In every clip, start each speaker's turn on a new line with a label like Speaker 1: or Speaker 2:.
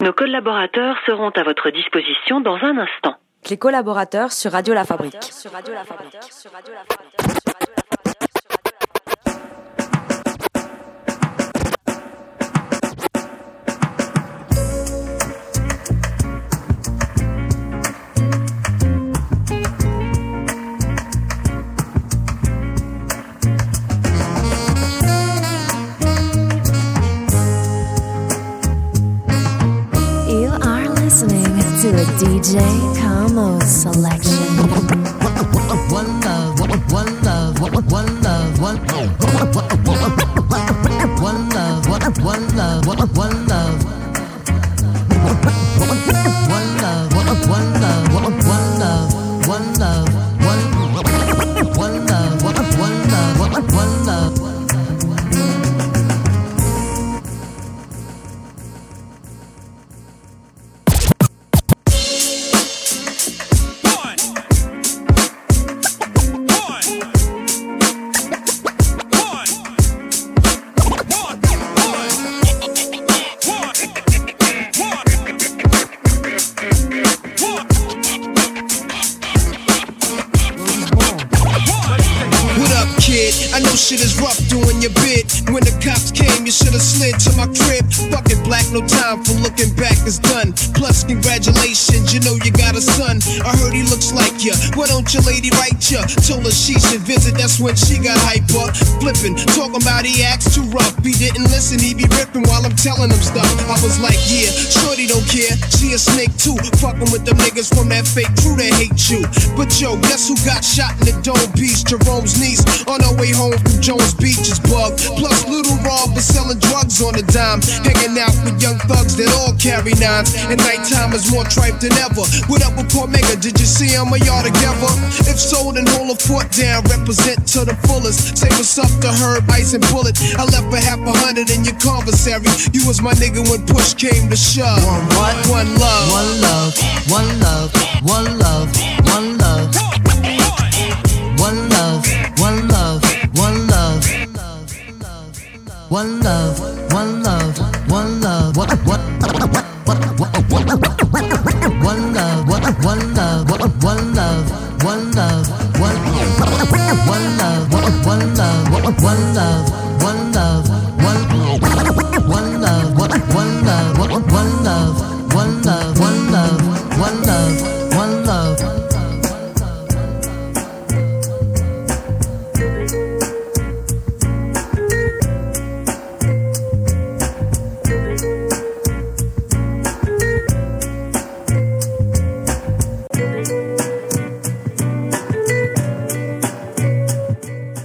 Speaker 1: Nos collaborateurs seront à votre disposition dans un instant.
Speaker 2: Les collaborateurs sur Radio La Fabrique.
Speaker 3: You are listening to a DJ Como selection.
Speaker 4: One love, one one love, one one love, one one love, one one love, one one love. One love, one one love, one one love, one love, one one love, one one love, one one love.
Speaker 5: What up, kid? I know shit is rough doing your bid. When the cops came, you should've slid to my crib. Fuck it, black, no time for looking back is done. Plus, congratulations, you know you got a son. I heard he looks like ya. Why don't your lady write ya? Told her she should visit, that's when she got hyper. Flippin', talking about he acts too rough. He didn't listen, he be ripping while I'm telling him stuff. I was like, yeah, shorty don't care. She a snake too. Fucking with them niggas from that fake crew that hate you. But yo, guess who got shot in the dome piece? Jerome's niece on her way home from Jones Beach is bugged. Plus, Little Rob was selling drugs on a dime. Hanging out with young thugs that all carry nines. And nighttime is more tripe than ever. What up with Paul Mega? Did you see him or y'all together? If so, then hold a fort down. Represent to the fullest. Say what's up to Herb, Ice, and Bullet. I left a half a hundred in your commissary. You was my nigga when push came to shove. One what? One love.
Speaker 4: One love, one love, one love, one love. One love, one love, one love. One love, one love, one love. What what what what what one love, what one love, what one love, one love, one one love, what one love, what one love, one love, one one love, what one love, what one love, one love, one love, one love, one love.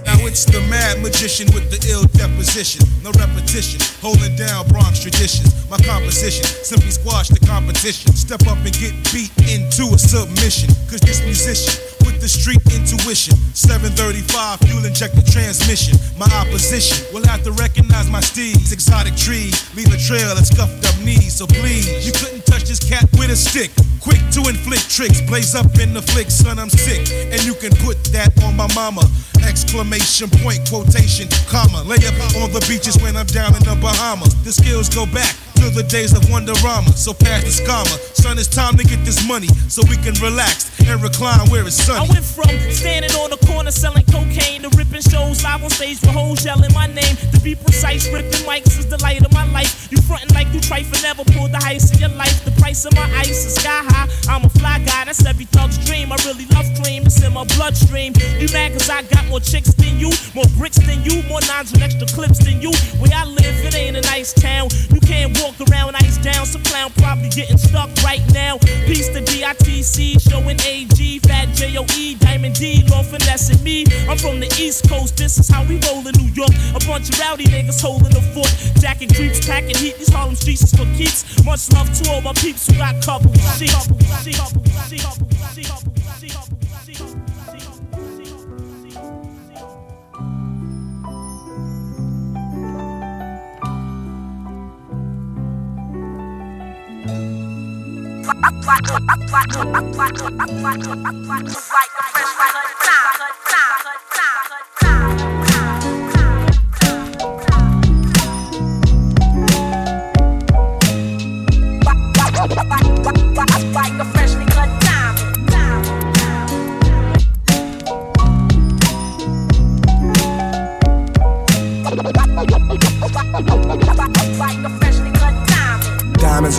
Speaker 6: Now it's the mad magician with the ill deposition. No repetition, holding down Bronx traditions. My composition simply squash the competition. Step up and get beat into a submission. Cause this musician with the street intuition. 735 fuel injected transmission. My opposition will have to recognize my steeds. Exotic trees leave a trail of scuffed up knees. So please, you couldn't touch this cat with a stick. Quick to inflict tricks, blaze up in the flick, son. I'm sick, and you can put that on my mama. Exclamation point, quotation, comma. Lay up on the beaches when I'm down in the Bahamas. The skills go back to the days of Wonderama. So pass the skama. Son, it's time to get this money so we can relax and recline where it's
Speaker 7: I
Speaker 6: sunny.
Speaker 7: went from standing on the corner selling cocaine to ripping shows live on stage with hoes yelling my name. To be precise, ripping mics is the light of my life. You frontin' like you trifling, never pulled the heist in your life. The price of my ice is sky high. I'm a fly guy, that's every thug's dream. I really love cream, it's in my bloodstream. You mad cause I got more chicks than you, more bricks than you, more nines with extra clips than you. Where I live, it ain't a nice town. You can't walk around ice down. Some clown probably getting stuck right now. Peace to DITC, showing AG, Fat JOE, Diamond D, Law finessing me. I'm from the East Coast, this is how we roll in New York. A bunch of rowdy niggas holding the fort. Jacking creeps, packing heat, these Harlem streets is for keeps. Much love to all my peeps who got coupled. Shit.
Speaker 8: Diamonds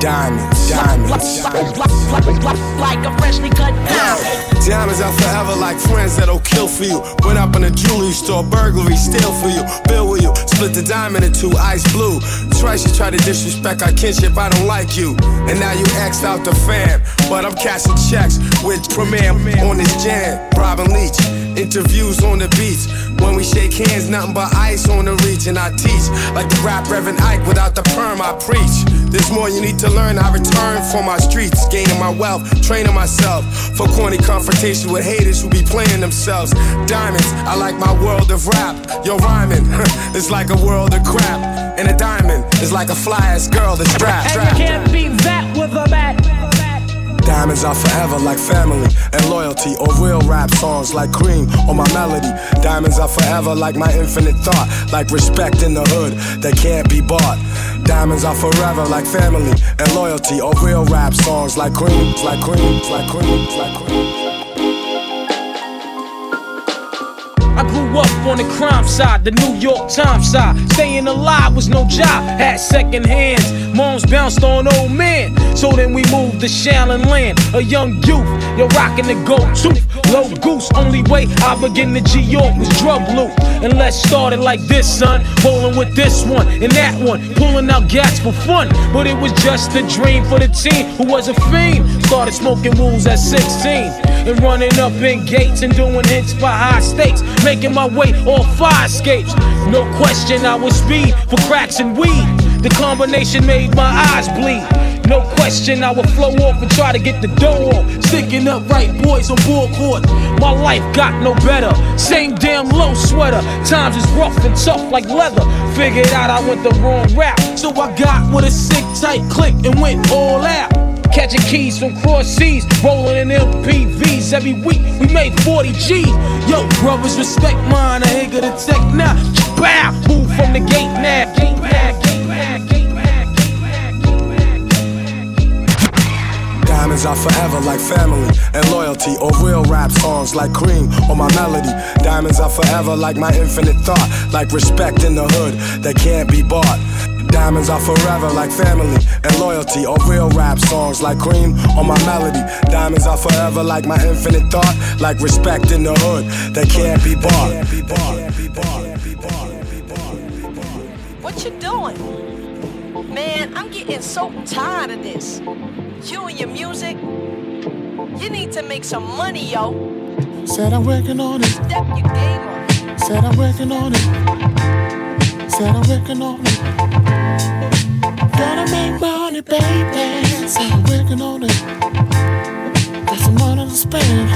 Speaker 8: diamonds, diamonds, diamonds.
Speaker 9: Like a freshly cut down.
Speaker 8: Diamonds are forever like friends that'll kill for you. Went up in a jewelry store, burglary, steal for you, bill with you. Split the diamond in two, ice blue. Twice you try to disrespect our kinship, I don't like you. And now you X'd out the fam. But I'm cashing checks with Premier on his jam. Robin Leach, interviews on the beach. When we shake hands, nothing but ice on the reach. And I teach like the rap Reverend Ike without the perm, I preach. There's more you need to learn. I return for my streets, gaining my wealth, training myself for corny confrontation with haters who be playing themselves. Diamonds, I like my world of rap. Your rhyming is like a world of crap, and a diamond is like a fly ass girl that's strapped.
Speaker 9: And you can't beat that with a bat.
Speaker 8: Diamonds are forever like family and loyalty, or real rap songs like cream or my melody. Diamonds are forever like my infinite thought, like respect in the hood that can't be bought. Diamonds are forever like family and loyalty, or real rap songs like cream, like cream, like cream, like cream.
Speaker 10: I grew up on the crime side, the New York Times side. Staying alive was no job, had second hands. Moms bounced on old men. So then we moved to Shallon Land, a young youth. You're rocking the go to low goose. Only way I begin to G York was drug loot. And let's start it like this, son. Rolling with this one and that one. Pulling out gats for fun. But it was just a dream for the teen who was a fiend. Started smoking rules at 16 and running up in gates and doing hits for high stakes, making my way all five escapes. No question, I was speed for cracks and weed. The combination made my eyes bleed. No question, I would flow off and try to get the dough off. Sticking up right boys on ball court. My life got no better. Same damn low sweater. Times is rough and tough like leather. Figured out I went the wrong route. So I got with a sick tight click and went all out. Catching keys from cross seas, rolling in MPVs every week. We made 40 G. Yo, brothers, respect mine. I ain't gonna take now. Bow, move from the gate now. Gate now, gate now, gate now, gate now, gate now, gate now.
Speaker 8: Diamonds are forever like family and loyalty, or real rap songs like cream or my melody. Diamonds are forever like my infinite thought, like respect in the hood that can't be bought. Diamonds are forever like family and loyalty, or real rap songs like cream or my melody. Diamonds are forever like my infinite thought, like respect in the hood that can't be bought.
Speaker 2: What you doing? Man, I'm getting so tired of this. You and your music. You need to make some money, yo.
Speaker 11: Said I'm working on it.
Speaker 2: Step your game up.
Speaker 11: Said I'm working on it. Said I'm working on it. Gotta make money, baby. Said I'm working on it. Got some money to spend.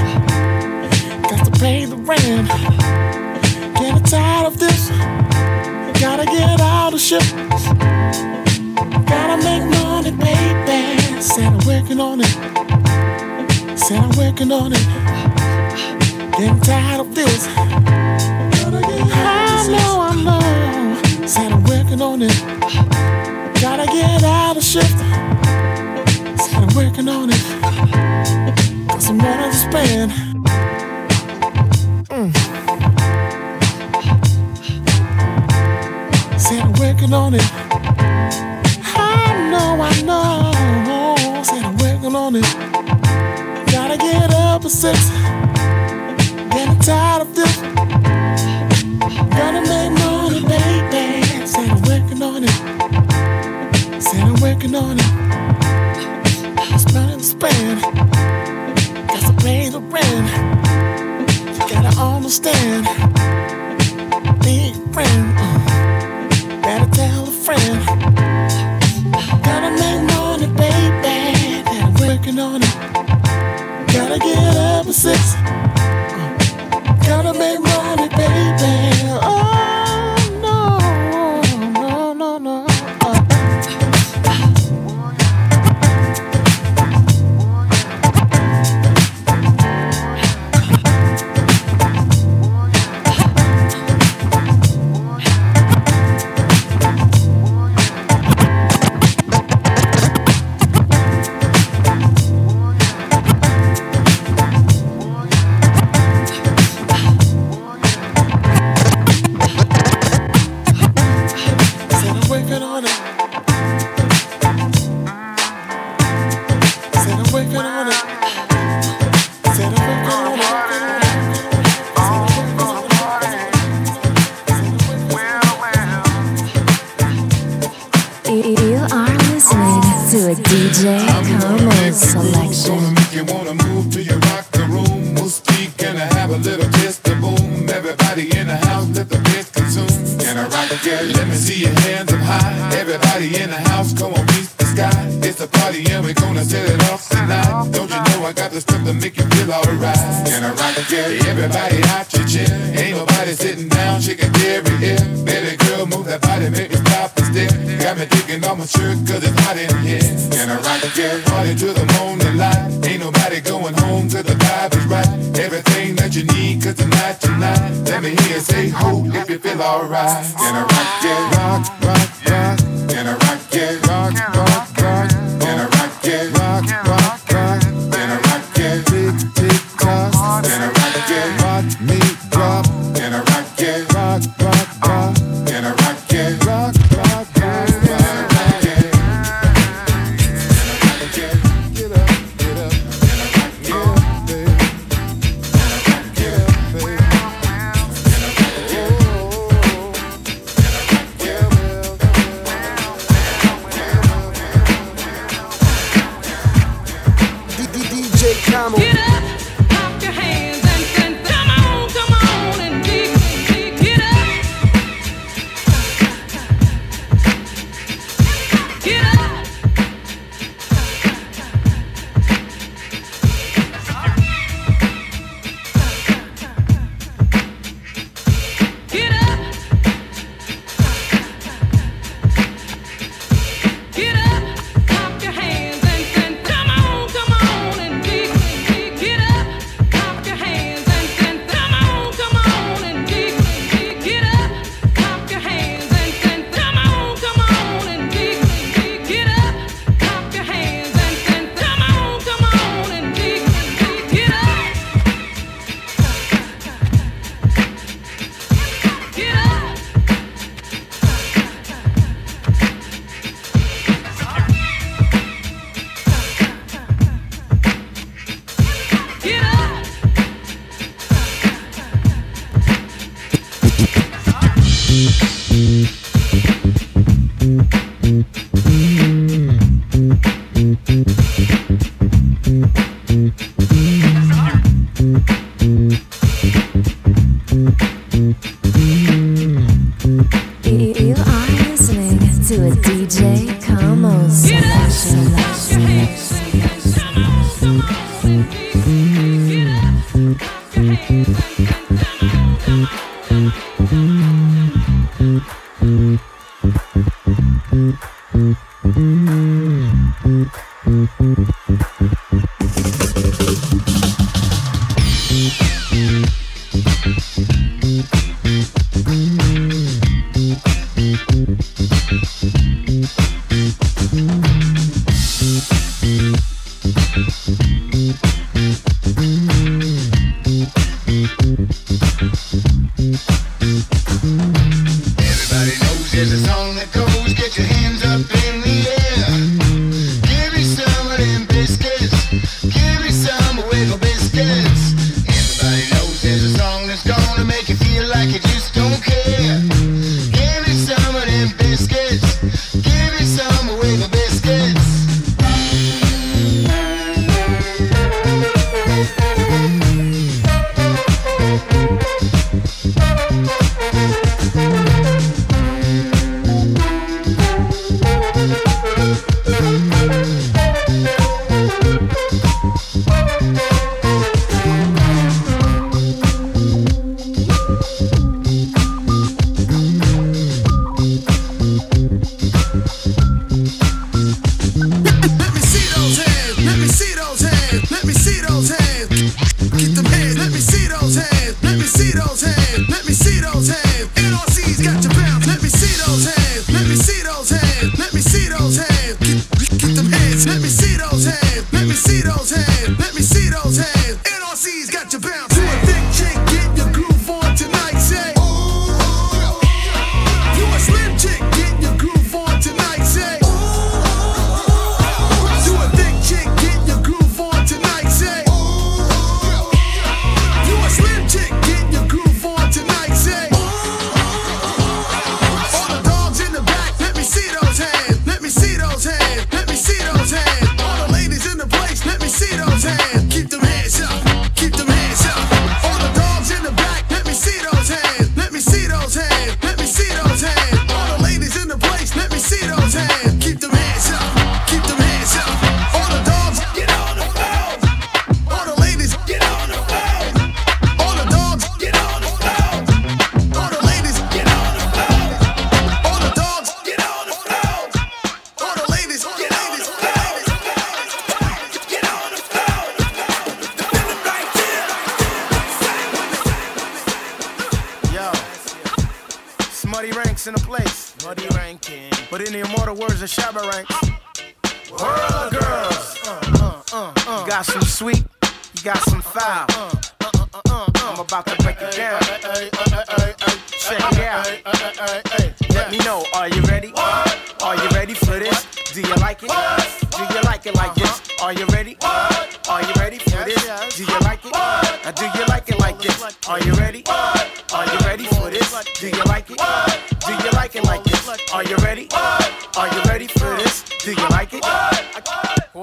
Speaker 11: Got to pay the rent. Getting tired of this. Gotta get out of shit. Gotta make money, baby. Said I'm working on it. Said I'm working on it. Getting tired of this. I know, I know. Said I'm working on it. Gotta get out of shift. Said I'm working on it. Got some money to spend. Mm. Said I'm working on it. I know, I know. Said I'm working on it. Gotta get up at six. Getting tired of this. Gotta make money, baby. Said I'm working on it. Said I'm working on it. It's money to spend. Got to pay the rent. You gotta understand. Big friend. Better tell a friend. Gotta make money, baby. Gotta working on it. Gotta get up at six. Gotta make money, baby. Oh no, no, no, no. feeling on it. Said I'm feeling on it.
Speaker 3: You are listening to a DJ Como selection.
Speaker 12: Make you wanna move to your rock the room. We'll speak and have a little kiss the boom. Everybody in the house, let the bass consume. Can I rock it, girl? Let me see your hands up high. Everybody in the house, come on, reach the sky. It's a party and we're gonna set it off tonight. Don't you know I got the stuff to make you feel alright? Can I rock it, girl? Everybody out your chair. Ain't nobody sitting down, shaking every ear. Baby girl, move that body, make me stop and stare. Got me thinking on my shirt 'cause it's hot in here. Can I rock it, girl? Party to the morning light. Ain't nobody going home 'cause the vibe is right. Everything that you need 'cause tonight, tonight. Let me hear you say ho if you feel alright. Can I rock it? Rock, rock, rock. Can I rock it? Rock, rock, rock. Can I rock it? Rock, rock, rock. Can I rock it? Tick, tick, tock. Can I rock it? Rock me, drop. Can I rock it? Rock, rock, rock. Can I rock it? Rock, rock, rock. Can I rock it?
Speaker 13: DJ Kamo.
Speaker 14: Get up, pop your hands and, and come on, come on and dig, dig, get up. Get up. Get up. Get up, pop your hands and, and come on, come on and dig, dig, get up. Pop your hands and, and come on, come on and dig, dig, get up. Pop your hands and, and come on, come on and dig, dig, get up. Pop your hands and, and come on, come on and dig, dig, get up. Get up. Get up!
Speaker 3: You are listening to a DJ Como selection.
Speaker 12: Everybody knows there's a song that goes, get your hands up in the air. Give me some of them biscuits. Give me some wiggle biscuits. Everybody knows there's a song that's gonna make you feel like you just don't care. Give me some of them biscuits. Give me some wiggle biscuits. Thank you.
Speaker 15: in a place. Muddy ranking. But in the immortal words of Shabba rank. World of girls. Uh, uh, uh. You got some sweet. You got some foul. I'm about to break it down. Check it out. Let me know. Are you ready? Are you ready for this? Do you like it? Do you like it like this? Are you ready? Are you ready for this? Do you like it? Now, do you like it like this? Are you ready? Are you ready for this? Do you like it? Do you like it like this? Are you ready? Are you ready for this? Do you like it?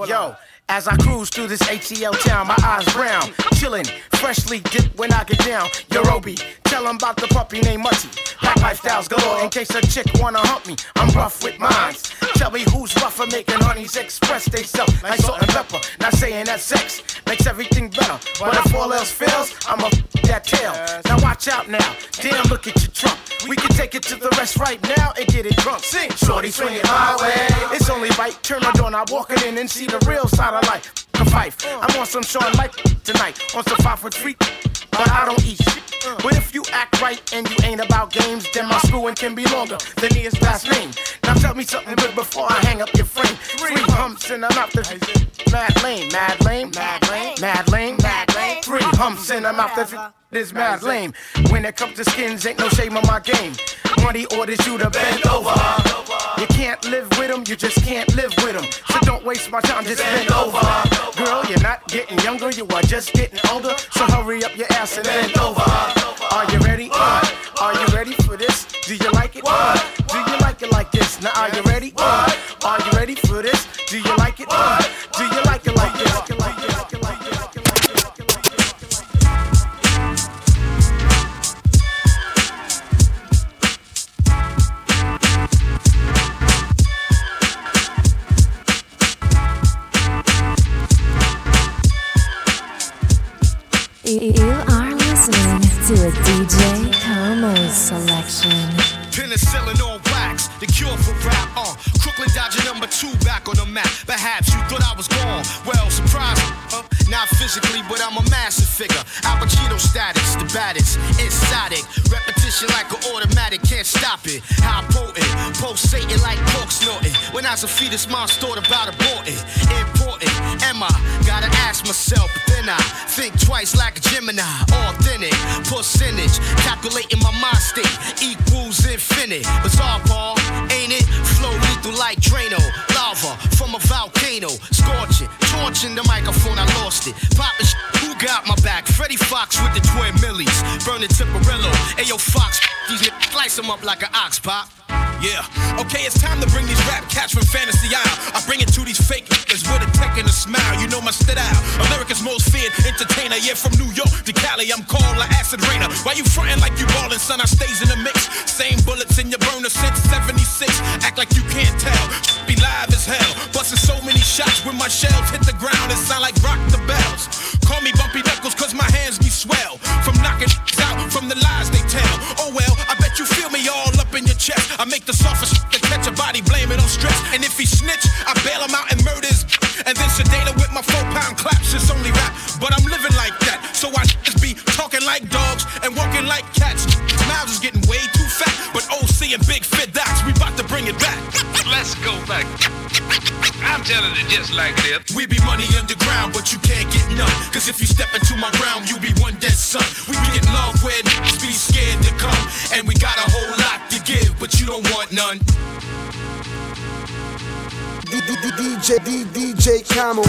Speaker 15: Yo. As I cruise through this ATL town, my eyes brown, chillin', freshly dipped when I get down. Yorobi, tell 'em about the puppy named Mutty. Black lifestyles galore in case a chick wanna hump me. I'm rough with mines. Tell me who's rougher, making honeys express theyself like salt and pepper. Not saying that sex makes everything better, but if all else fails, I'ma f- that tail. Now watch out now, damn, look at your trunk. We can take it to the rest right now and get it drunk. Sing, shorty, swing it my way. It's only right, turn it on. I walk it in and see the real side of life. The fife. I'm on some Sean Mike tonight, on some five for three, but I don't eat. But if you act right and you ain't about games, then my screwing can be longer than his last name. Now tell me something good before I hang up your frame. Three humps and I'm out the mad lane, mad lame, mad lame, mad lame, mad lame. Three humps and I'm out the this mad lame. When it comes to skins, ain't no shame on my game. Money orders you to bend over. You can't live with 'em, you just can't live with 'em. So don't waste my time, just bend over. Girl, you're not getting younger, you are just getting older. So hurry up your ass and bend over. Are you ready? Are you ready for this? Do you like it? Do you like it like this? Now are you ready? Are you ready for this? Do you like it? Do you like it like this?
Speaker 3: You are listening to a DJ Como selection.
Speaker 16: Penicillin on wax, the cure for rap. Uh, Crooklyn Dodger number two back on the map. Perhaps you thought I was gone. Well, surprise. Uh, not physically, but I'm a massive figure. Al Pacino status, the baddest. Inside it, repetition like an automatic, can't stop it. How potent, pulsating like cork snorting. When I was a fetus, mom thought about aborting. Important, am I? Gotta ask myself, but then I think twice like a Gemini. Authentic, percentage, calculating my mind state equals infinite. Bizarre ball, ain't it? Flow lethal like Drano, lava from a volcano, scorching, torching the microphone. I lost it. Poppin' sh- who got my back? Freddie Fox with the twin millies, burning Tipperillo. Ayo, Fox, these niggas slice 'em up like an ox pop.
Speaker 17: Yeah, okay, it's time to bring these rap cats from fantasy out. I bring it to these fake niggas with a tech and a smile. You know my style. America's most feared entertainer. Yeah, from New York to Cali, I'm called like acid rainer. Why you frontin' like you ballin', son? I stays in the mix. Same bullets in your burner since 76. Act like you can't tell. Be live as hell. Bustin' so many shots when my shells hit the ground. It sound like rock the bells. Call me bumpy knuckles, cause my hands be swell. From knocking out, from the lies they tell. Oh well, I bet you feel me all up in your chest. I make the softest to catch a body, blame it on stress. And if he snitch, I bail him out and murder his And then sedate him with my four pound claps, it's only rap. But I'm living like that, so I just be talking like dogs and walking like cats. Mouths is getting way too fat, but OC and Big Fit Docs, we bout to bring it back.
Speaker 18: Let's go back. I'm telling it just like this.
Speaker 17: We be money underground, but you can't get none. Cause if you step into my realm, you be one dead son. We be in love where niggas be scared to come. And we got a whole lot to give, but you don't want none.
Speaker 19: DJ, DJ Camel.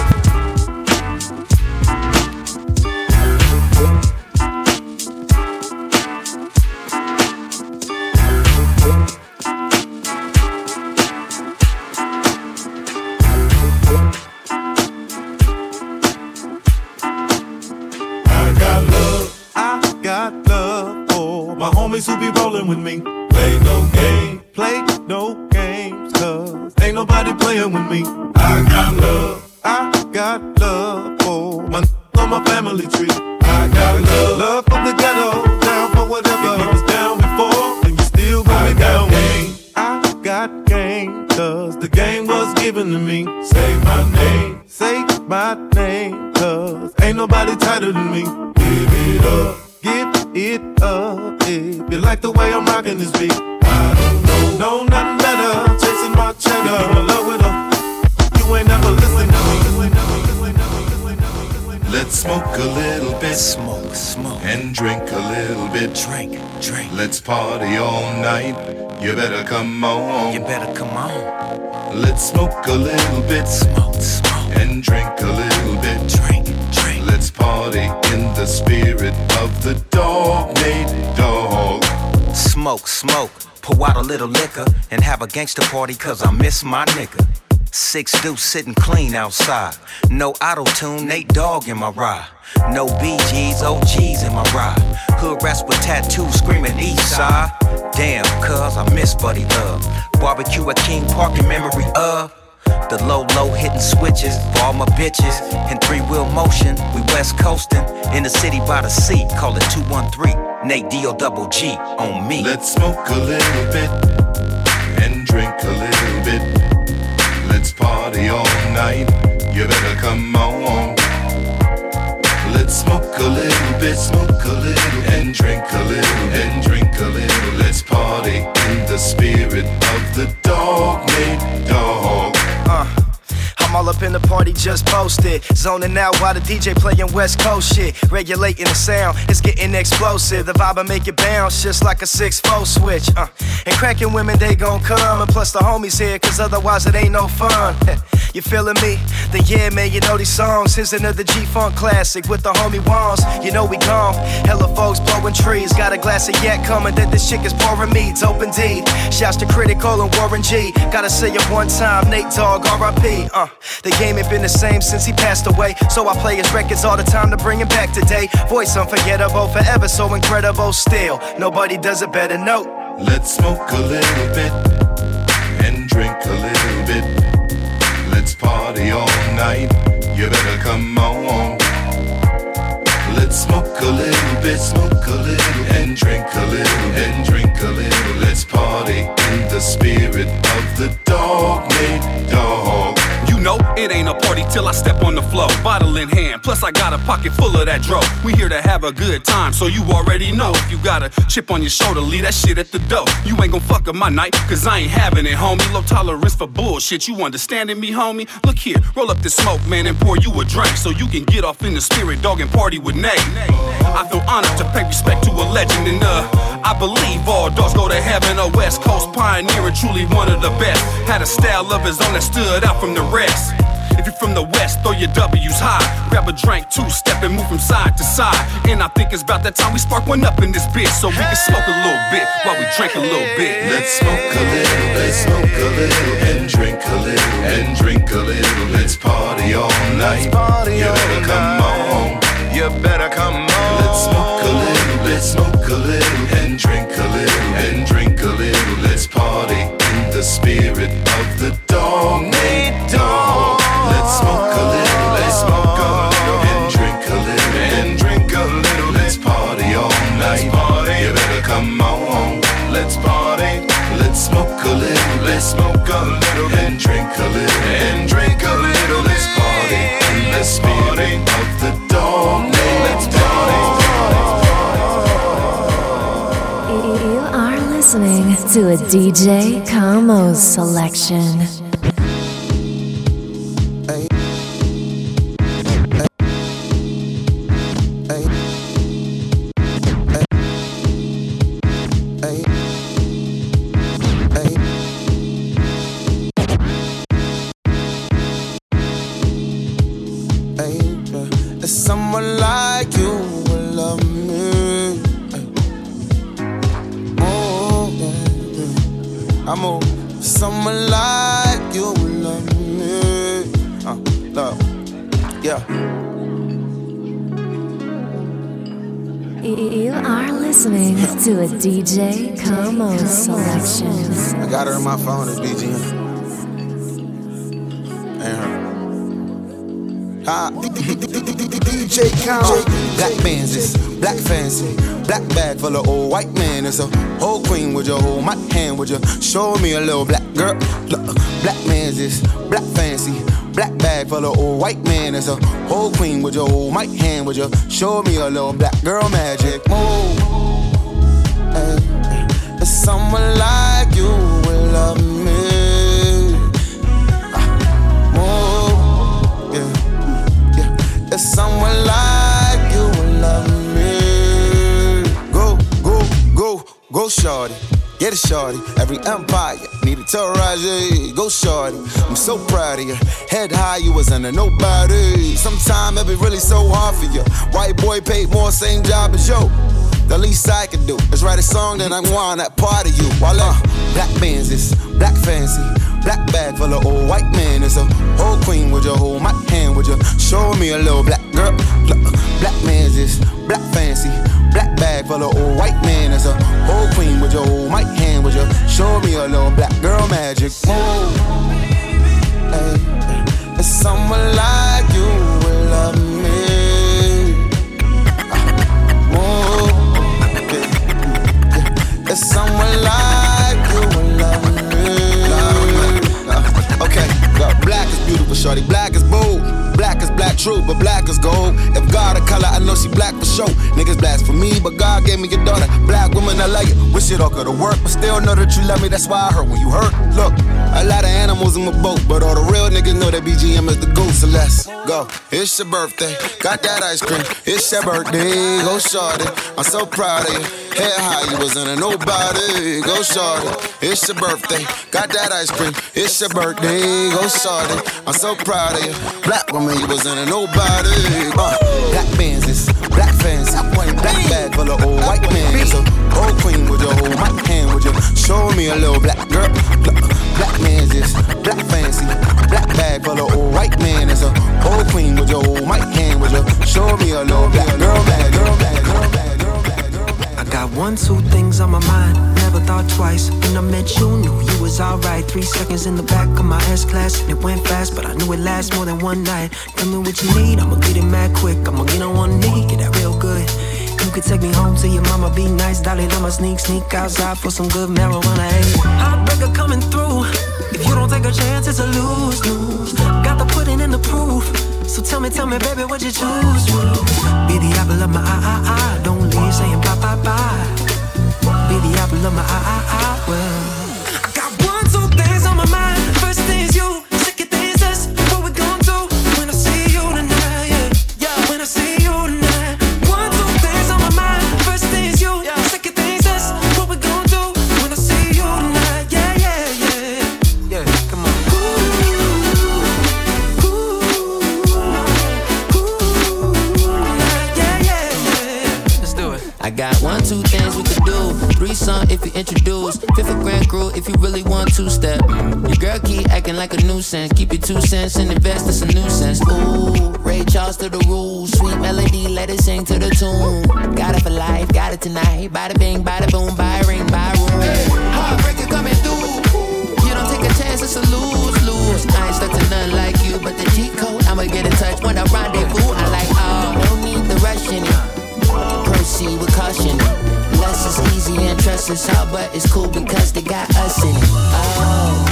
Speaker 20: I got love. I got love for my homies who be rolling with me. Play no game. Play no games, cause ain't nobody playing with me. I got love. I got love for my n- on my family tree. I got love. Love from the ghetto, down for whatever. If you was down before, and you still gonna be down with me. I got game, cause the game was given to me. Say my name. Say my name, cause ain't nobody tighter than me. Give it up. Give it up. If you like the way I'm rocking this beat. I don't know No, nothing better. Chasing my cheddar. You in love with her. You ain't never listen to me.
Speaker 21: Let's smoke a little bit, smoke, smoke, and drink a little bit, drink, drink. Let's party all night. You better come on. You better come on. Let's smoke a little bit, smoke, smoke, and drink a little bit, drink, drink. Let's party in the spirit of the dog made dog.
Speaker 22: Smoke, smoke, pour out a little liquor, and have a gangster party, cause I miss my nigga. Six dudes sitting clean outside. No auto tune, Nate Dogg in my ride. No BGs, OGs in my ride. Hood rats with tattoos screaming east side. Damn, cuz I miss Buddy Love. Barbecue at King Park in memory of. The low, low hitting switches for all my bitches. In three wheel motion, we west coastin'. In the city by the sea, call it 213. Nate D O double G on me.
Speaker 21: Let's smoke a little bit and drink a little bit. Let's party all night. You better come on. Let's smoke a little bit, smoke a little, and drink a little, and drink a little. Let's party in the spirit of the dog made dog.
Speaker 23: Uh. I'm all up in the party, just posted. Zoning out while the DJ playing West Coast shit. Regulating the sound, it's getting explosive. The vibe I make it bounce, just like a 6 4 switch. Uh. And cracking women, they gon' come. And plus the homies here, cause otherwise it ain't no fun. you feeling me? Then yeah, man, you know these songs. Here's another G Funk classic with the homie Wands. You know we gone. Hella folks blowing trees. Got a glass of yak coming that this chick is pouring me. It's open deed. Shouts to Critical and Warren G. Gotta say it one time, Nate Dogg, RIP. Uh. The game ain't been the same since he passed away. So I play his records all the time to bring him back today. Voice unforgettable, forever so incredible. Still, nobody does it better. No.
Speaker 21: Let's smoke a little bit and drink a little bit. Let's party all night. You better come on. Let's smoke a little bit, smoke a little, and drink a little, and drink a little. Let's party in the spirit of the dog made dog.
Speaker 24: You know, it ain't a party till I step on the floor. Bottle in hand, plus I got a pocket full of that dro. We here to have a good time, so you already know. If you got a chip on your shoulder, leave that shit at the door. You ain't gon' fuck up my night, cause I ain't having it, homie. Low tolerance for bullshit, you understanding me, homie? Look here, roll up this smoke, man, and pour you a drink so you can get off in the spirit, dog, and party with Nate. I feel honored to pay respect to a legend, and uh, I believe all dogs go to heaven. A West Coast pioneer and truly one of the best. Had a style of his own that stood out from the rest. If you're from the west, throw your W's high. Grab a drink, two step, and move from side to side. And I think it's about that time we spark one up in this bitch, so we can smoke a little bit while we drink a little bit.
Speaker 21: Let's smoke a little, let's smoke a little, and drink a little, and drink a little. Let's party all night. you better come on. You better come on. Let's smoke a little, let's smoke a little, and drink a little, and drink a little. Let's party in the spirit of the dog made dog. Let's smoke a little, let's smoke a little, and drink a little, and drink a little. Let's party all night. Party. You better come on. Let's party. Let's smoke a little, let's smoke a little, and drink a little, and drink a little. Let's party in the spirit of the dog. Let's party.
Speaker 3: You are listening to a DJ Como selection.
Speaker 25: There's someone like you will love me. Oh, yeah. I'm a someone like you will love me. Uh, love, yeah.
Speaker 3: You are listening to a DJ Como selection.
Speaker 25: I got her in my phone. It's BGM. Ain't her. Ah, DJ Count. Black bands, it's black fancy. Black bag full of old white man. It's a whole queen. Would you hold my hand? Would you show me a little black girl? Look, black man's this black fancy. Black bag full of old white man. It's a whole queen. Would you hold my hand? Would you show me a little black girl magic? Move. Hey, hey. There's someone like you. love me. Ah, oh, yeah, yeah. If someone like you will love me, go, go, go, go, shorty. Get it, shorty. Every empire need a terrorize you. Go, shorty. I'm so proud of you. Head high, you was under nobody. Sometime it be really so hard for you. White boy paid more, same job as yo. The least I can do is write a song that I want that part of you. While uh, black man's is black fancy. Black bag full of old white man is a whole queen. Would you hold my hand? Would you show me a little black girl? Bl- Black man's is black fancy. Black bag full of old white man is a whole queen. Would you hold my hand? Would you show me a little black girl magic? Move. Hey, if someone like you will love me. Move. If someone like you will love me. Okay, go. Black is beautiful, shorty. Black is bold. Black is black, true, but black is gold. If God a color, I know she black for sure. Niggas blast for me, but God gave me your daughter. Black woman, I like it. Wish it all could've worked, but still know that you love me. That's why I hurt when you hurt. Look, a lot of animals in my boat, but all the real niggas know that BGM is the goat. So let's go. It's your birthday. Got that ice cream. It's your birthday. Go shorty. I'm so proud of you. Head high, you was in a nobody. Go shorty. It's your birthday. Got that ice cream. It's your birthday. Go shorty. I'm so proud of you. Black woman, you was in a nobody. Uh, black bands is black fans. Black bag full of old white man. It's a old queen with your old white hand. Would you show me a little black girl? Black man's is black fancy. Black bag full of old white man. It's a old queen with your old white hand. Would you show me a little black girl? Bag, girl, bag, girl, bag, girl, bag, girl, bag.
Speaker 26: I got one, two things on my mind. Never thought twice. When I met you, knew you was alright. Three seconds in the back of my S class, and it went fast, but I knew it lasts more than one night. Tell me what you need, I'ma get it mad quick. I'ma get on one knee, get that real good. You could take me home to your mama, be nice, dolly, let my sneak, sneak outside for some good marijuana. Hey, heartbreaker coming through. If you don't take a chance, it's a lose lose. Got the pudding in the proof. So tell me, tell me, baby, what you choose? Be the apple of my eye, eye, eye. Don't leave saying bye, bye, bye. Be the apple of my eye, eye, eye. Well, I got one, two things on my mind. First thing's you. Second thing's us. What we gon' do when I see you tonight? Yeah, yeah. When I see you tonight. One, two things on my mind. First thing's you. Second thing's us. What we gon' do when I see you tonight? Yeah, yeah, yeah. Yeah, come on. Ooh, ooh, ooh, yeah, yeah, yeah. Let's do it.
Speaker 27: I got one, two things we could do. Threesome if you introduce. Fifth of grand crew if you really want two step. Mm. Your girl keep acting like a nuisance. Keep your two cents and invest, it's a nuisance. Ooh, Ray Charles to the rules. Sweet melody, let it sing to the tune. Got it for life, got it tonight. Bada bing, bada boom, buy a ring, buy a room. Heartbreaker coming through. You don't take a chance, it's a lose, lose. I ain't stuck to none like you, but the G code, I'ma get in touch when I rendezvous. I like, oh, no need the rushing it. Proceed with caution. Less is easy and trust is hard, but it's cool because they got us in it. Oh.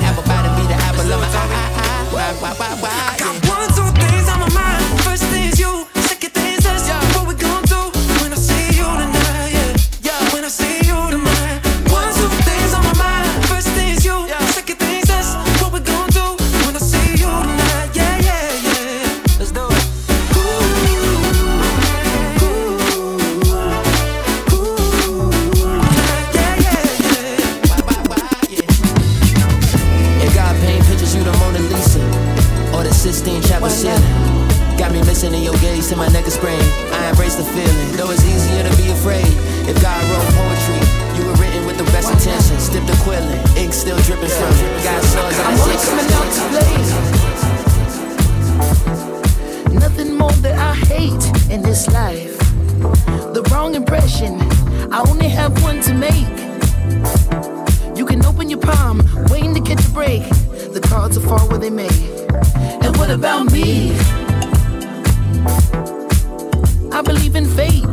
Speaker 27: Everybody be the apple of my eye, eye, eye. Why, why, why, why?
Speaker 26: Got one, two things on my mind. First thing's you, second thing's us. What we gon' do when I see you tonight? Yeah, yeah. When I see you tonight. One, two things on my mind. First thing's you, second thing's us. What we gon' do when I see you tonight? Yeah, yeah, yeah. Let's do it.
Speaker 27: If God paint pictures, you the Mona Lisa or the Sistine Chapel ceiling. Got me missing in your gaze till my neck is sprained. I embrace the feeling, though it's easier to be afraid. If God wrote poetry, you were written with the best intentions. Dip the quilling, ink still dripping from it. Got swords on
Speaker 26: I'm
Speaker 27: the
Speaker 26: only coming out to play. Nothing more that I hate in this life. The wrong impression. I only have one to make. You can open your palm, waiting to catch a break. The cards will fall where they may. And what about me? I believe in fate.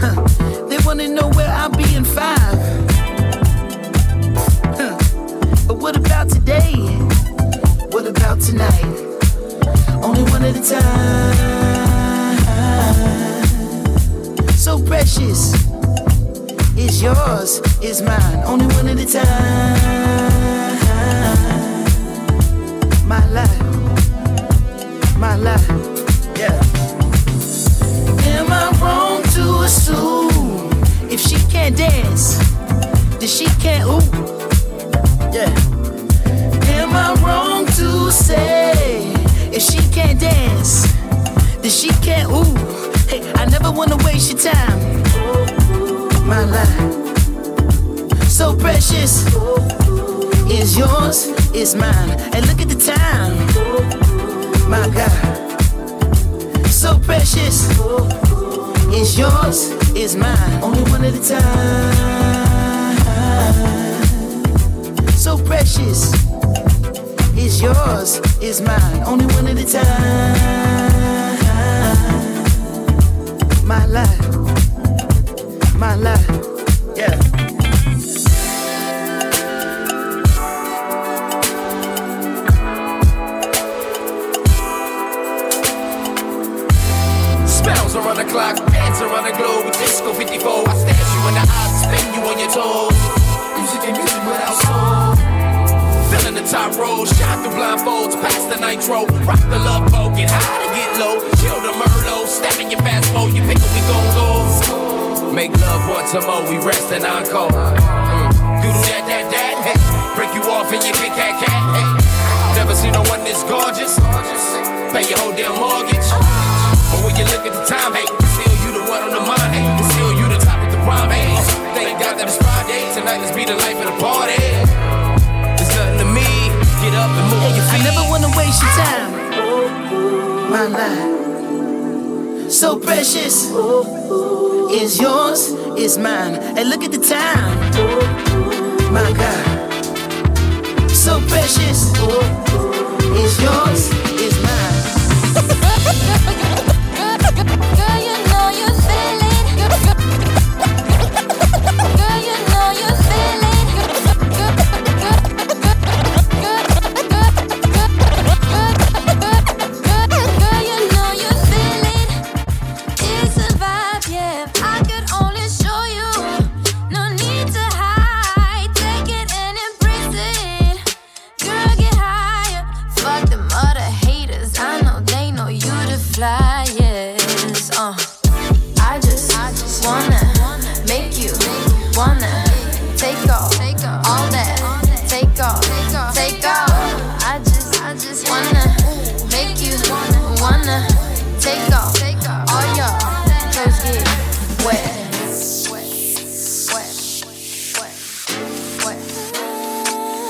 Speaker 26: Huh. They wanna know where I'll be in five. Huh. But what about today? What about tonight? Only one at a time. So precious.
Speaker 28: is mine, only one at a time. My life, my life, yeah. Am I wrong to assume if she can't dance, then she can't ooh? Yeah. Am I wrong to say if she can't dance, then she can't ooh? Hey, I never wanna waste your time. My life, so precious, is yours, is mine. And look at the time, my God, so precious, is yours, is mine. Only one at a time. So precious, is yours, is mine. Only one at a time. My life my life. Yeah.
Speaker 17: Spells are on the clock, bands are on the globe. Disco 54, I stare you in the eyes, spin you on your toes. Music and music without soul. Filling the top row, shine through blindfolds, past the nitro. Rock the love boat, get high to get low. Chill the Merlot, step in your fast mode, you pick up, we gon' go. Make love once a more, we rest and encore. Mm. Do that, that, that, hey. Break you off and you kick that cat, hey. Never seen no one this gorgeous. Pay your whole damn mortgage. But when you look at the time, hey, still you the one on the mind, hey. Still you the top of the prime, hey. Thank God that it's Friday, tonight let's be the life of the party. It's nothing to me, get up and move your
Speaker 28: I never wanna waste your time. My life, so precious, is yours, is mine. And look at the time, my God, so precious, is yours, is mine.
Speaker 29: Girl, you know you feel it. Girl, you know you feel it. Girl, you know you feel it. It's a vibe, yeah. If I could only show you, no need to hide. Take it and embrace it. Girl, get higher. Fuck them other haters. I know they know you the flyest. Uh, I just wanna make you wanna take off all that. Take off, take off. I just, I just wanna make you wanna take off all your clothes get wet.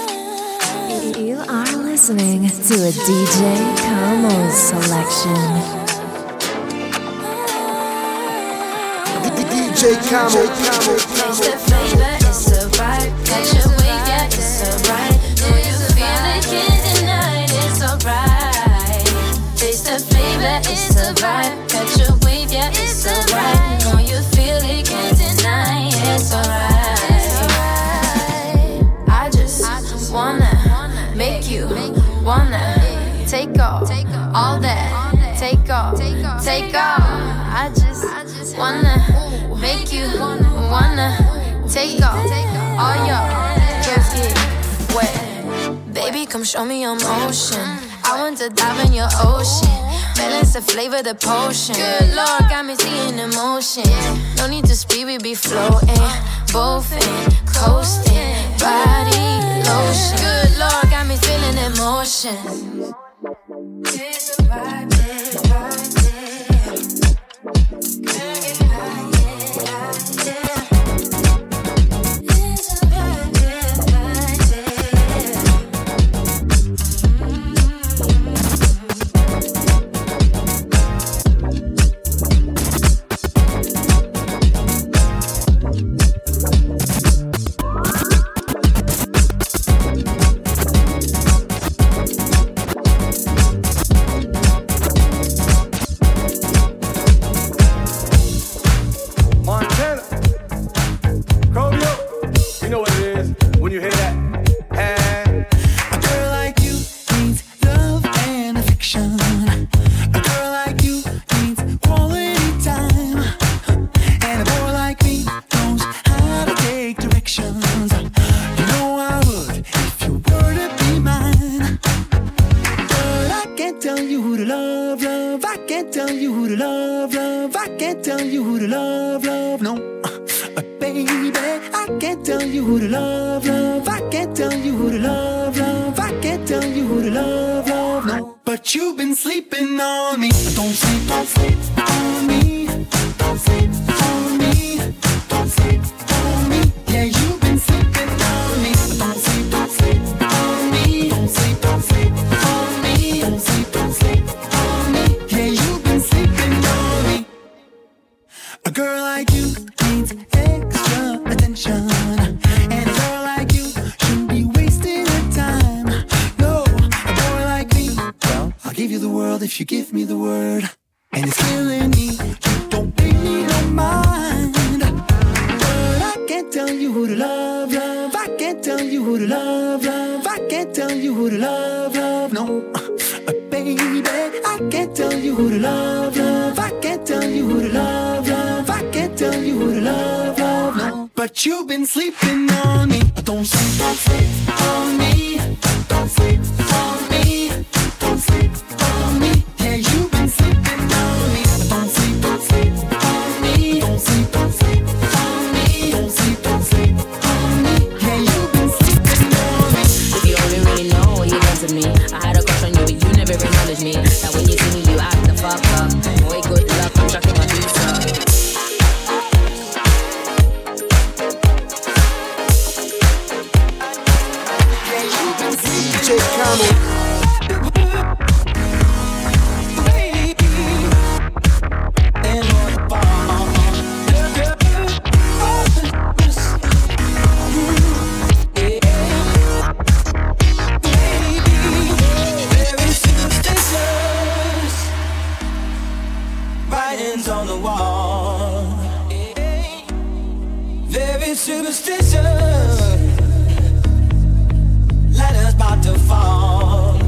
Speaker 3: You are listening to a DJ Como selection.
Speaker 19: DJ Camo.
Speaker 29: It's the flavor, it's the vibe. Catch your wave, yeah, it's alright. Do you feel it? Can't deny it, it's alright. Taste the flavor, it's the vibe. Catch your wave, yeah, it's alright. Know you feel it, can't deny it, it's alright. I just wanna make you wanna take off all that. Take off, take off. I just wanna make you wanna take off all your girls get wet. Baby, come show me your motion. I want to dive in your ocean. Balance the flavor, the potion. Good lord, got me seeing emotion. No need to speak, we be floating, both in, coasting. Body lotion. Good lord, got me feeling emotion.
Speaker 9: you who to love, love. I can't tell you who to love, love. I can't tell you who to love, love. No, Uh, baby, I can't tell you who to love, love. I can't tell you who to love, love. I can't tell you who to love, love. No, but you've been sleeping on me. Don't sleep, don't sleep on me. Don't sleep on me. Don't sleep on me. Yeah, you've been sleeping on me. Don't sleep, don't sleep on me. Don't sleep, don't sleep on me. Don't sleep, don't sleep on me. Yeah, you've been sleeping on me. A girl like you needs extra attention. And a girl like you shouldn't be wasting her time. No, a boy like me, well, I'll give you the world if you give me the word. And it's killing me. You don't pay me no mind. But I can't tell you who to love, love. I can't tell you who to love, love. I can't tell you who to love, love. No, uh, baby, I can't tell you who to love, love. I can't tell you who to love, love. I can't tell you who to love, love. No, but you've been sleeping on me. Don't sleep, don't sleep on me. Don't sleep on me. Don't sleep on me. Yeah, you've been sleeping on me. Don't sleep, don't sleep on me. Don't sleep, don't sleep on me. Don't sleep, don't sleep on me. Yeah, you've been sleeping on me.
Speaker 30: If you only really know what you done to me, I had a crush on you, but you never acknowledged me. Now when you see me, you act the fuck up. Boy, good luck, I'm chucking my boots up.
Speaker 31: DJ Camel.
Speaker 12: Writings on the wall. Very superstitious. Letters about to fall.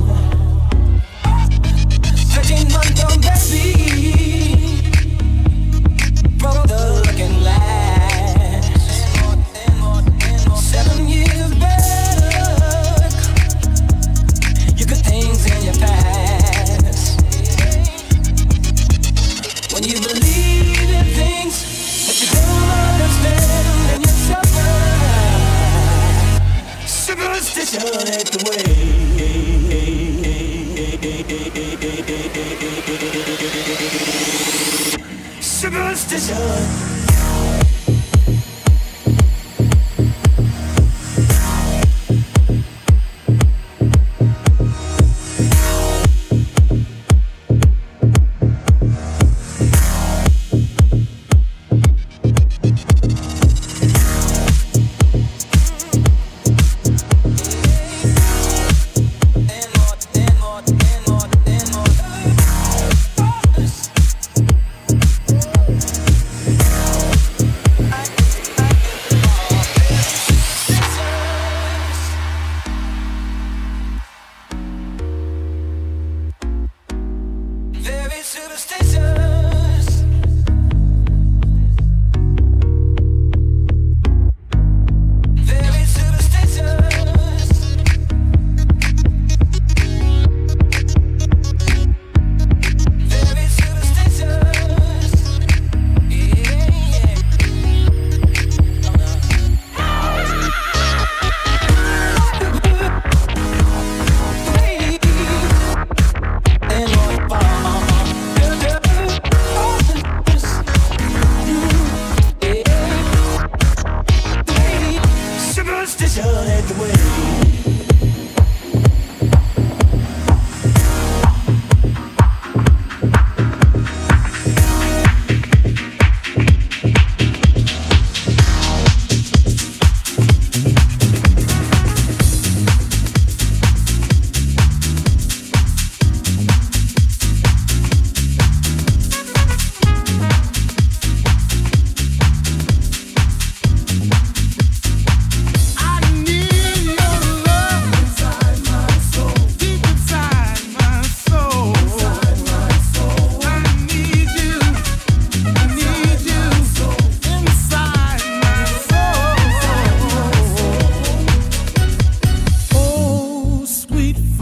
Speaker 12: 13 month old baby. Broke the looking glass. Seven years back. You could things in your past. When you believe in things that you don't understand and you suffer Superstition at the way Superstition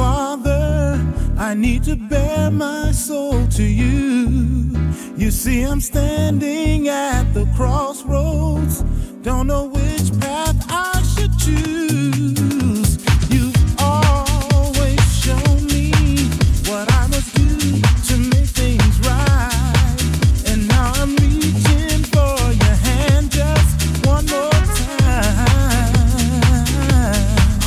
Speaker 12: Oh, I need to bare my soul to you. You see, I'm standing at the crossroads. Don't know which path I should choose. You've always shown me what I must do to make things right. And now I'm reaching for your hand just one more time.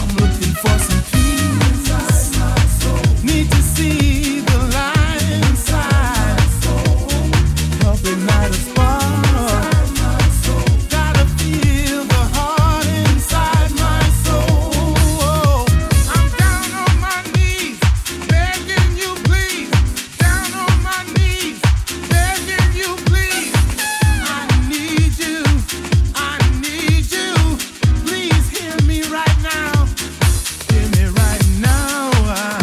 Speaker 12: I'm looking for some peace inside my soul. Need to see the light inside my soul. Helping light a spark. Gotta feel the heart inside my soul. I'm down on my knees, begging you please. Down on my knees, begging you please. I need you, I need you. Please hear me right now, hear me right now.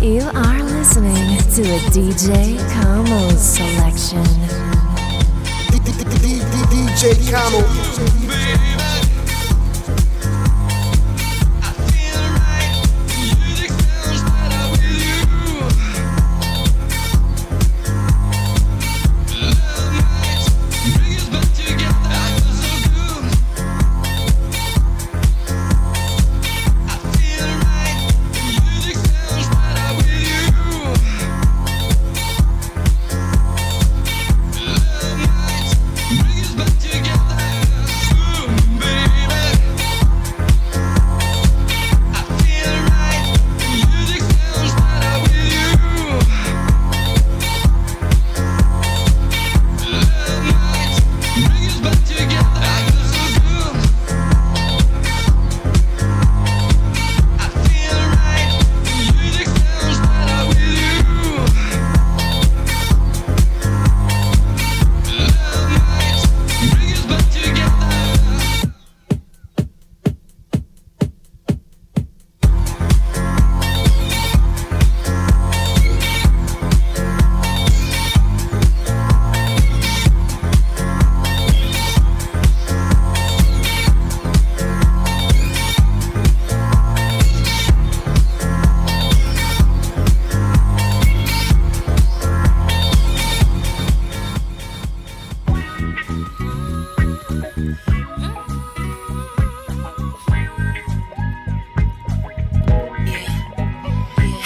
Speaker 3: You are listening to a DJ Como selection.
Speaker 32: DJ Camo.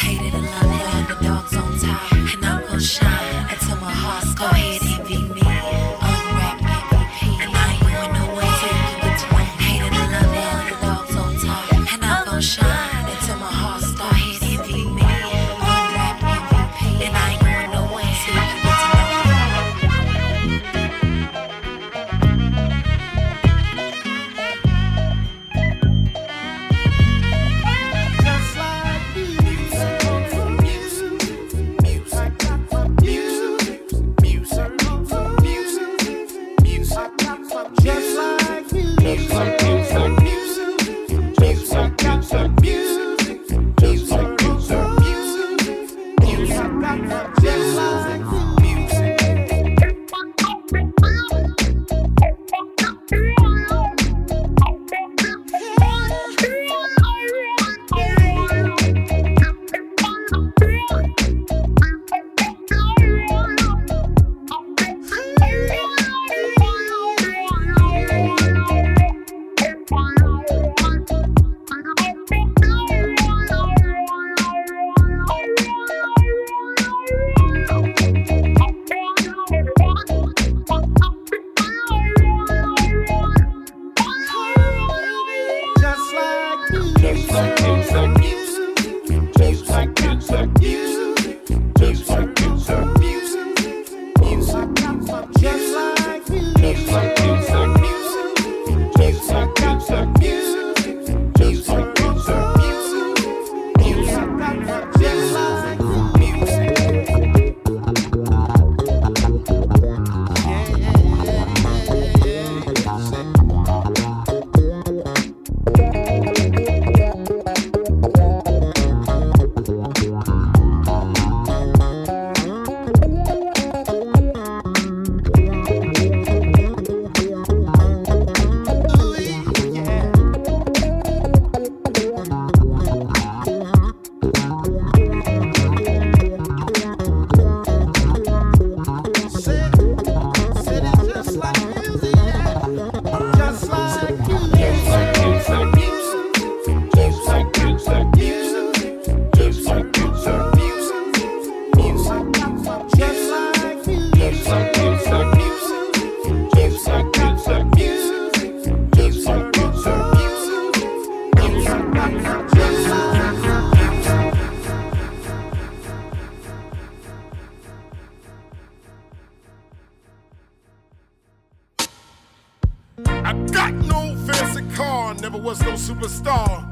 Speaker 2: Hate it and love it like the dogs on top. And I'm gonna shine until my heart's go ahead and be me. Unwrap MVP. And I ain't going nowhere till you get to me. Hate it and love it like the dogs on top. And I'm gonna shine until my heart's go ahead and be me. Unwrap MVP. And I ain't going nowhere till you get to me.
Speaker 19: Just like music music, music music, music music, music Just like music music, music music, music music, music Just like
Speaker 33: no fancy car, never was no superstar.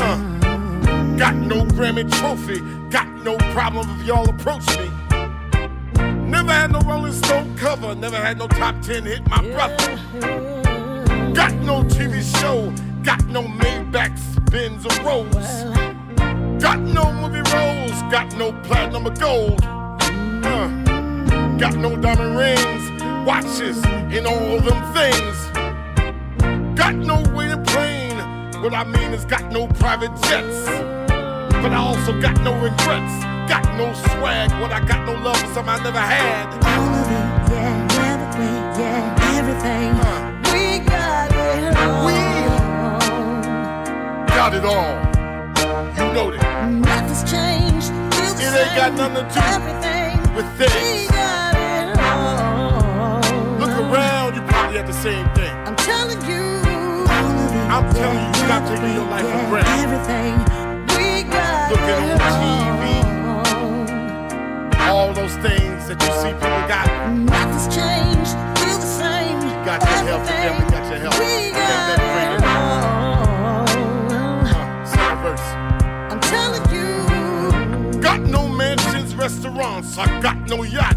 Speaker 33: Uh, got no Grammy trophy, got no problem if y'all approach me. Never had no Rolling Stone cover, never had no top 10 hit, my brother. Got no TV show, got no Maybach, spins or rolls. Got no movie roles, got no platinum or gold. Uh, got no diamond rings, watches, and all them things. Got no way to plane, what I mean is got no private jets. But I also got no regrets, got no swag, what I got no love for something I never had.
Speaker 12: Everything we got it all.
Speaker 33: Got it all, you know that.
Speaker 12: Nothing's changed. Still the
Speaker 33: It ain't got nothing to do
Speaker 12: Everything
Speaker 33: with things.
Speaker 12: we got it all.
Speaker 33: Look around, you probably have the same thing.
Speaker 12: I'm telling you.
Speaker 33: I'm telling you, you got to live your life for breath.
Speaker 12: Everything we got
Speaker 33: Looking
Speaker 12: it
Speaker 33: on TV, all those things that you see people got.
Speaker 12: Nothing's changed. Still the same.
Speaker 33: Got your health, your family got your health. Let
Speaker 12: We
Speaker 33: that bring it. Uh, second verse.
Speaker 12: I'm telling you.
Speaker 33: Got no mansions, restaurants, I got no yacht.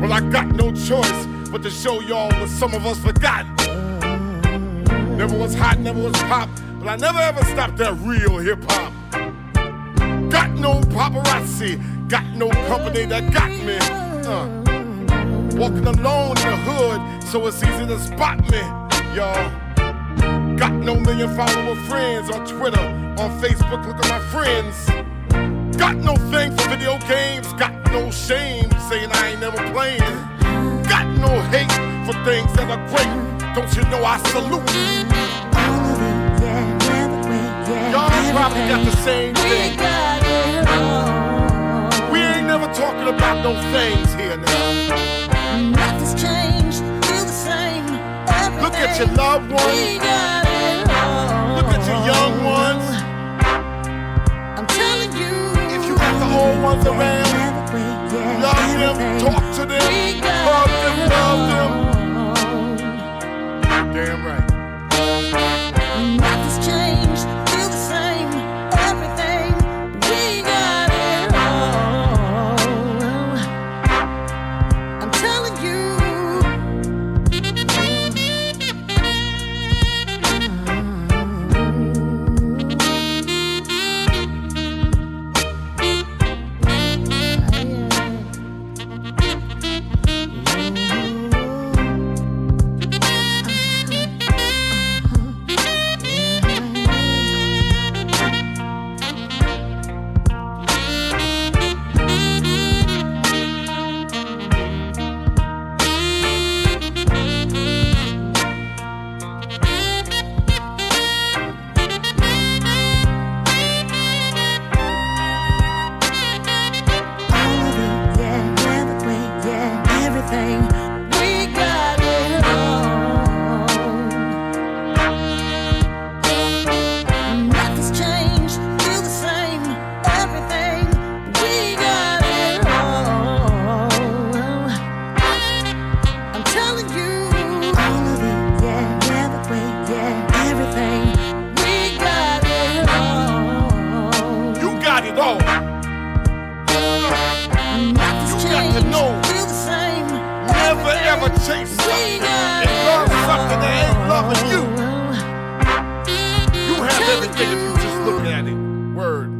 Speaker 33: Well, I got no choice but to show y'all what some of us forgot. Never was hot, never was pop, but I never ever stopped that real hip hop. Got no paparazzi, got no company that got me. Uh, walking alone in the hood, so it's easy to spot me, y'all. Got no million follower friends on Twitter, on Facebook, look at my friends. Got no thing for video games, got no shame saying I ain't never playing. Got no hate for things that are great, don't you know I salute? Y'all probably got the same thing. We ain't never talking about no things here now.
Speaker 12: Nothing's changed. Still the same. Everything
Speaker 33: Look at your loved
Speaker 12: we
Speaker 33: ones,
Speaker 12: got it all.
Speaker 33: look at your young ones.
Speaker 12: I'm telling you.
Speaker 33: If you got the old ones around, love them, talk to them, hug them, love them. Damn right.
Speaker 12: Nothing's changed. Still the same. Everything we got it all. I'm telling Mm-hmm. Everything we got it all. Nothing's changed, still the same. Everything we got it all. I'm telling you, all of it, yeah, everything, yeah, everything we got it all.
Speaker 33: You got it all.
Speaker 12: Nothing's
Speaker 33: You got to
Speaker 12: changed,
Speaker 33: know.
Speaker 12: still the same.
Speaker 33: Never ever chase something and love something that ain't loving you. You have everything if you just look at it. Word.